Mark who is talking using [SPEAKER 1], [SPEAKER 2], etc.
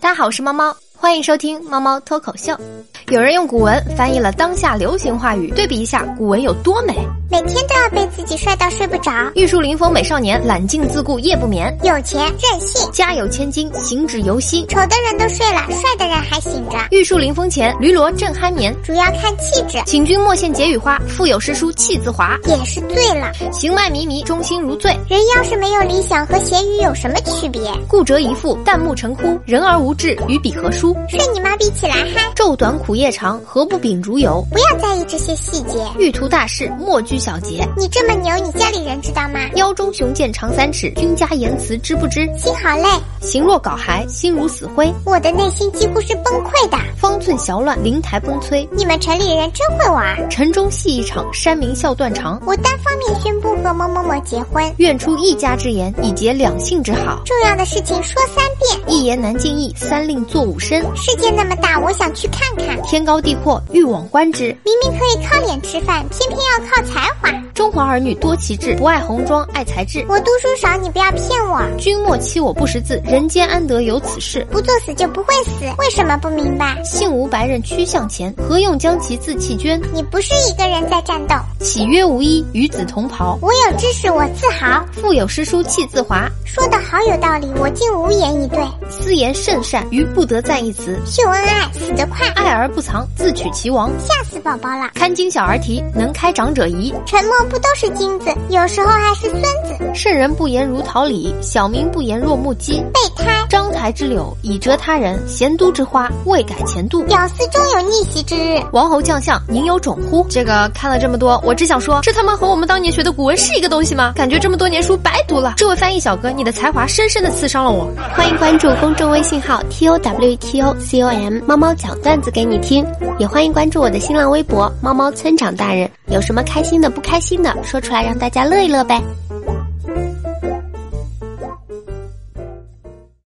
[SPEAKER 1] 大家好，我是猫猫，欢迎收听猫猫脱口秀。有人用古文翻译了当下流行话语，对比一下古文有多美。
[SPEAKER 2] 每天都要被自己帅到睡不着，
[SPEAKER 1] 玉树临风美少年，懒静自顾夜不眠，
[SPEAKER 2] 有钱任性，
[SPEAKER 1] 家有千金行止由心。
[SPEAKER 2] 丑的人都睡了，帅的人还醒着，
[SPEAKER 1] 玉树临风前，驴罗正酣眠。
[SPEAKER 2] 主要看气质，
[SPEAKER 1] 请君莫羡解语花，腹有诗书气自华。
[SPEAKER 2] 也是醉了。
[SPEAKER 1] 行迈靡靡，忠心如醉。
[SPEAKER 2] 人要是没有理想，和咸鱼有什么区别？
[SPEAKER 1] 顾折一赋，旦暮成枯。人而无志，与彼何殊？
[SPEAKER 2] 睡你妈逼起来嗨！
[SPEAKER 1] 昼短苦夜长，何不秉烛游？
[SPEAKER 2] 不要在意这些细节，
[SPEAKER 1] 欲图大事，莫拘小节。
[SPEAKER 2] 你这么牛，你家里人知道吗？
[SPEAKER 1] 腰中雄剑长三尺，君家言辞知不知？
[SPEAKER 2] 心好累，
[SPEAKER 1] 行若槁骸，心如死灰。
[SPEAKER 2] 我的内心几乎是崩溃的。
[SPEAKER 1] 方寸淆乱，灵台风摧。
[SPEAKER 2] 你们城里人真会玩。
[SPEAKER 1] 晨钟戏一场，山明笑断肠。
[SPEAKER 2] 我单方面宣布和某某某结婚，
[SPEAKER 1] 愿出一家之言，以解两性之好。
[SPEAKER 2] 重要的事情说三遍。
[SPEAKER 1] 一言难尽意，三令作五申。
[SPEAKER 2] 世界那么大，我想去看看。
[SPEAKER 1] 天高地阔，欲往观之。
[SPEAKER 2] 明明可以靠脸吃饭，偏偏要靠才华。
[SPEAKER 1] 中华儿女多奇志，不爱红妆爱才智。
[SPEAKER 2] 我读书少，你不要骗我。
[SPEAKER 1] 君莫欺我不识字，人间安得有此事？
[SPEAKER 2] 不作死就不会死，为什么不明白？
[SPEAKER 1] 幸无白刃屈向前，何用将其自弃捐？
[SPEAKER 2] 你不是一个人在战斗，
[SPEAKER 1] 岂曰无衣，与子同袍。
[SPEAKER 2] 我有知识，我自豪。
[SPEAKER 1] 腹有诗书气自华，
[SPEAKER 2] 说的好有道理，我竟无言以对。
[SPEAKER 1] 斯言甚善，于不得赞一词。
[SPEAKER 2] 秀恩爱，死得快，
[SPEAKER 1] 爱而不藏，自取其亡。
[SPEAKER 2] 吓死宝宝了。
[SPEAKER 1] 堪惊小儿啼，能开长者疑。
[SPEAKER 2] 沉默不都是金子，有时候还是孙子。
[SPEAKER 1] 圣人不言如桃李，小民不言若木鸡。
[SPEAKER 2] 备胎，
[SPEAKER 1] 章才之柳，以折他人；贤都之花，未改前度。
[SPEAKER 2] 屌丝终有逆袭之日。
[SPEAKER 1] 王侯将相，宁有种乎？这个看了这么多，我只想说，这他妈和我们当年学的古文是一个东西吗？感觉这么多年书白读了。这位翻译小哥，你的才华深深的刺伤了我。
[SPEAKER 3] 欢迎关注公众微信号 t o w t o c o m，猫猫讲段子给你听，也欢迎关注我的新浪微博猫猫村长大人。有什么开心的、不开心的，说出来让大家乐一乐呗。